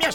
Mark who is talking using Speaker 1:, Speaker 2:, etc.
Speaker 1: das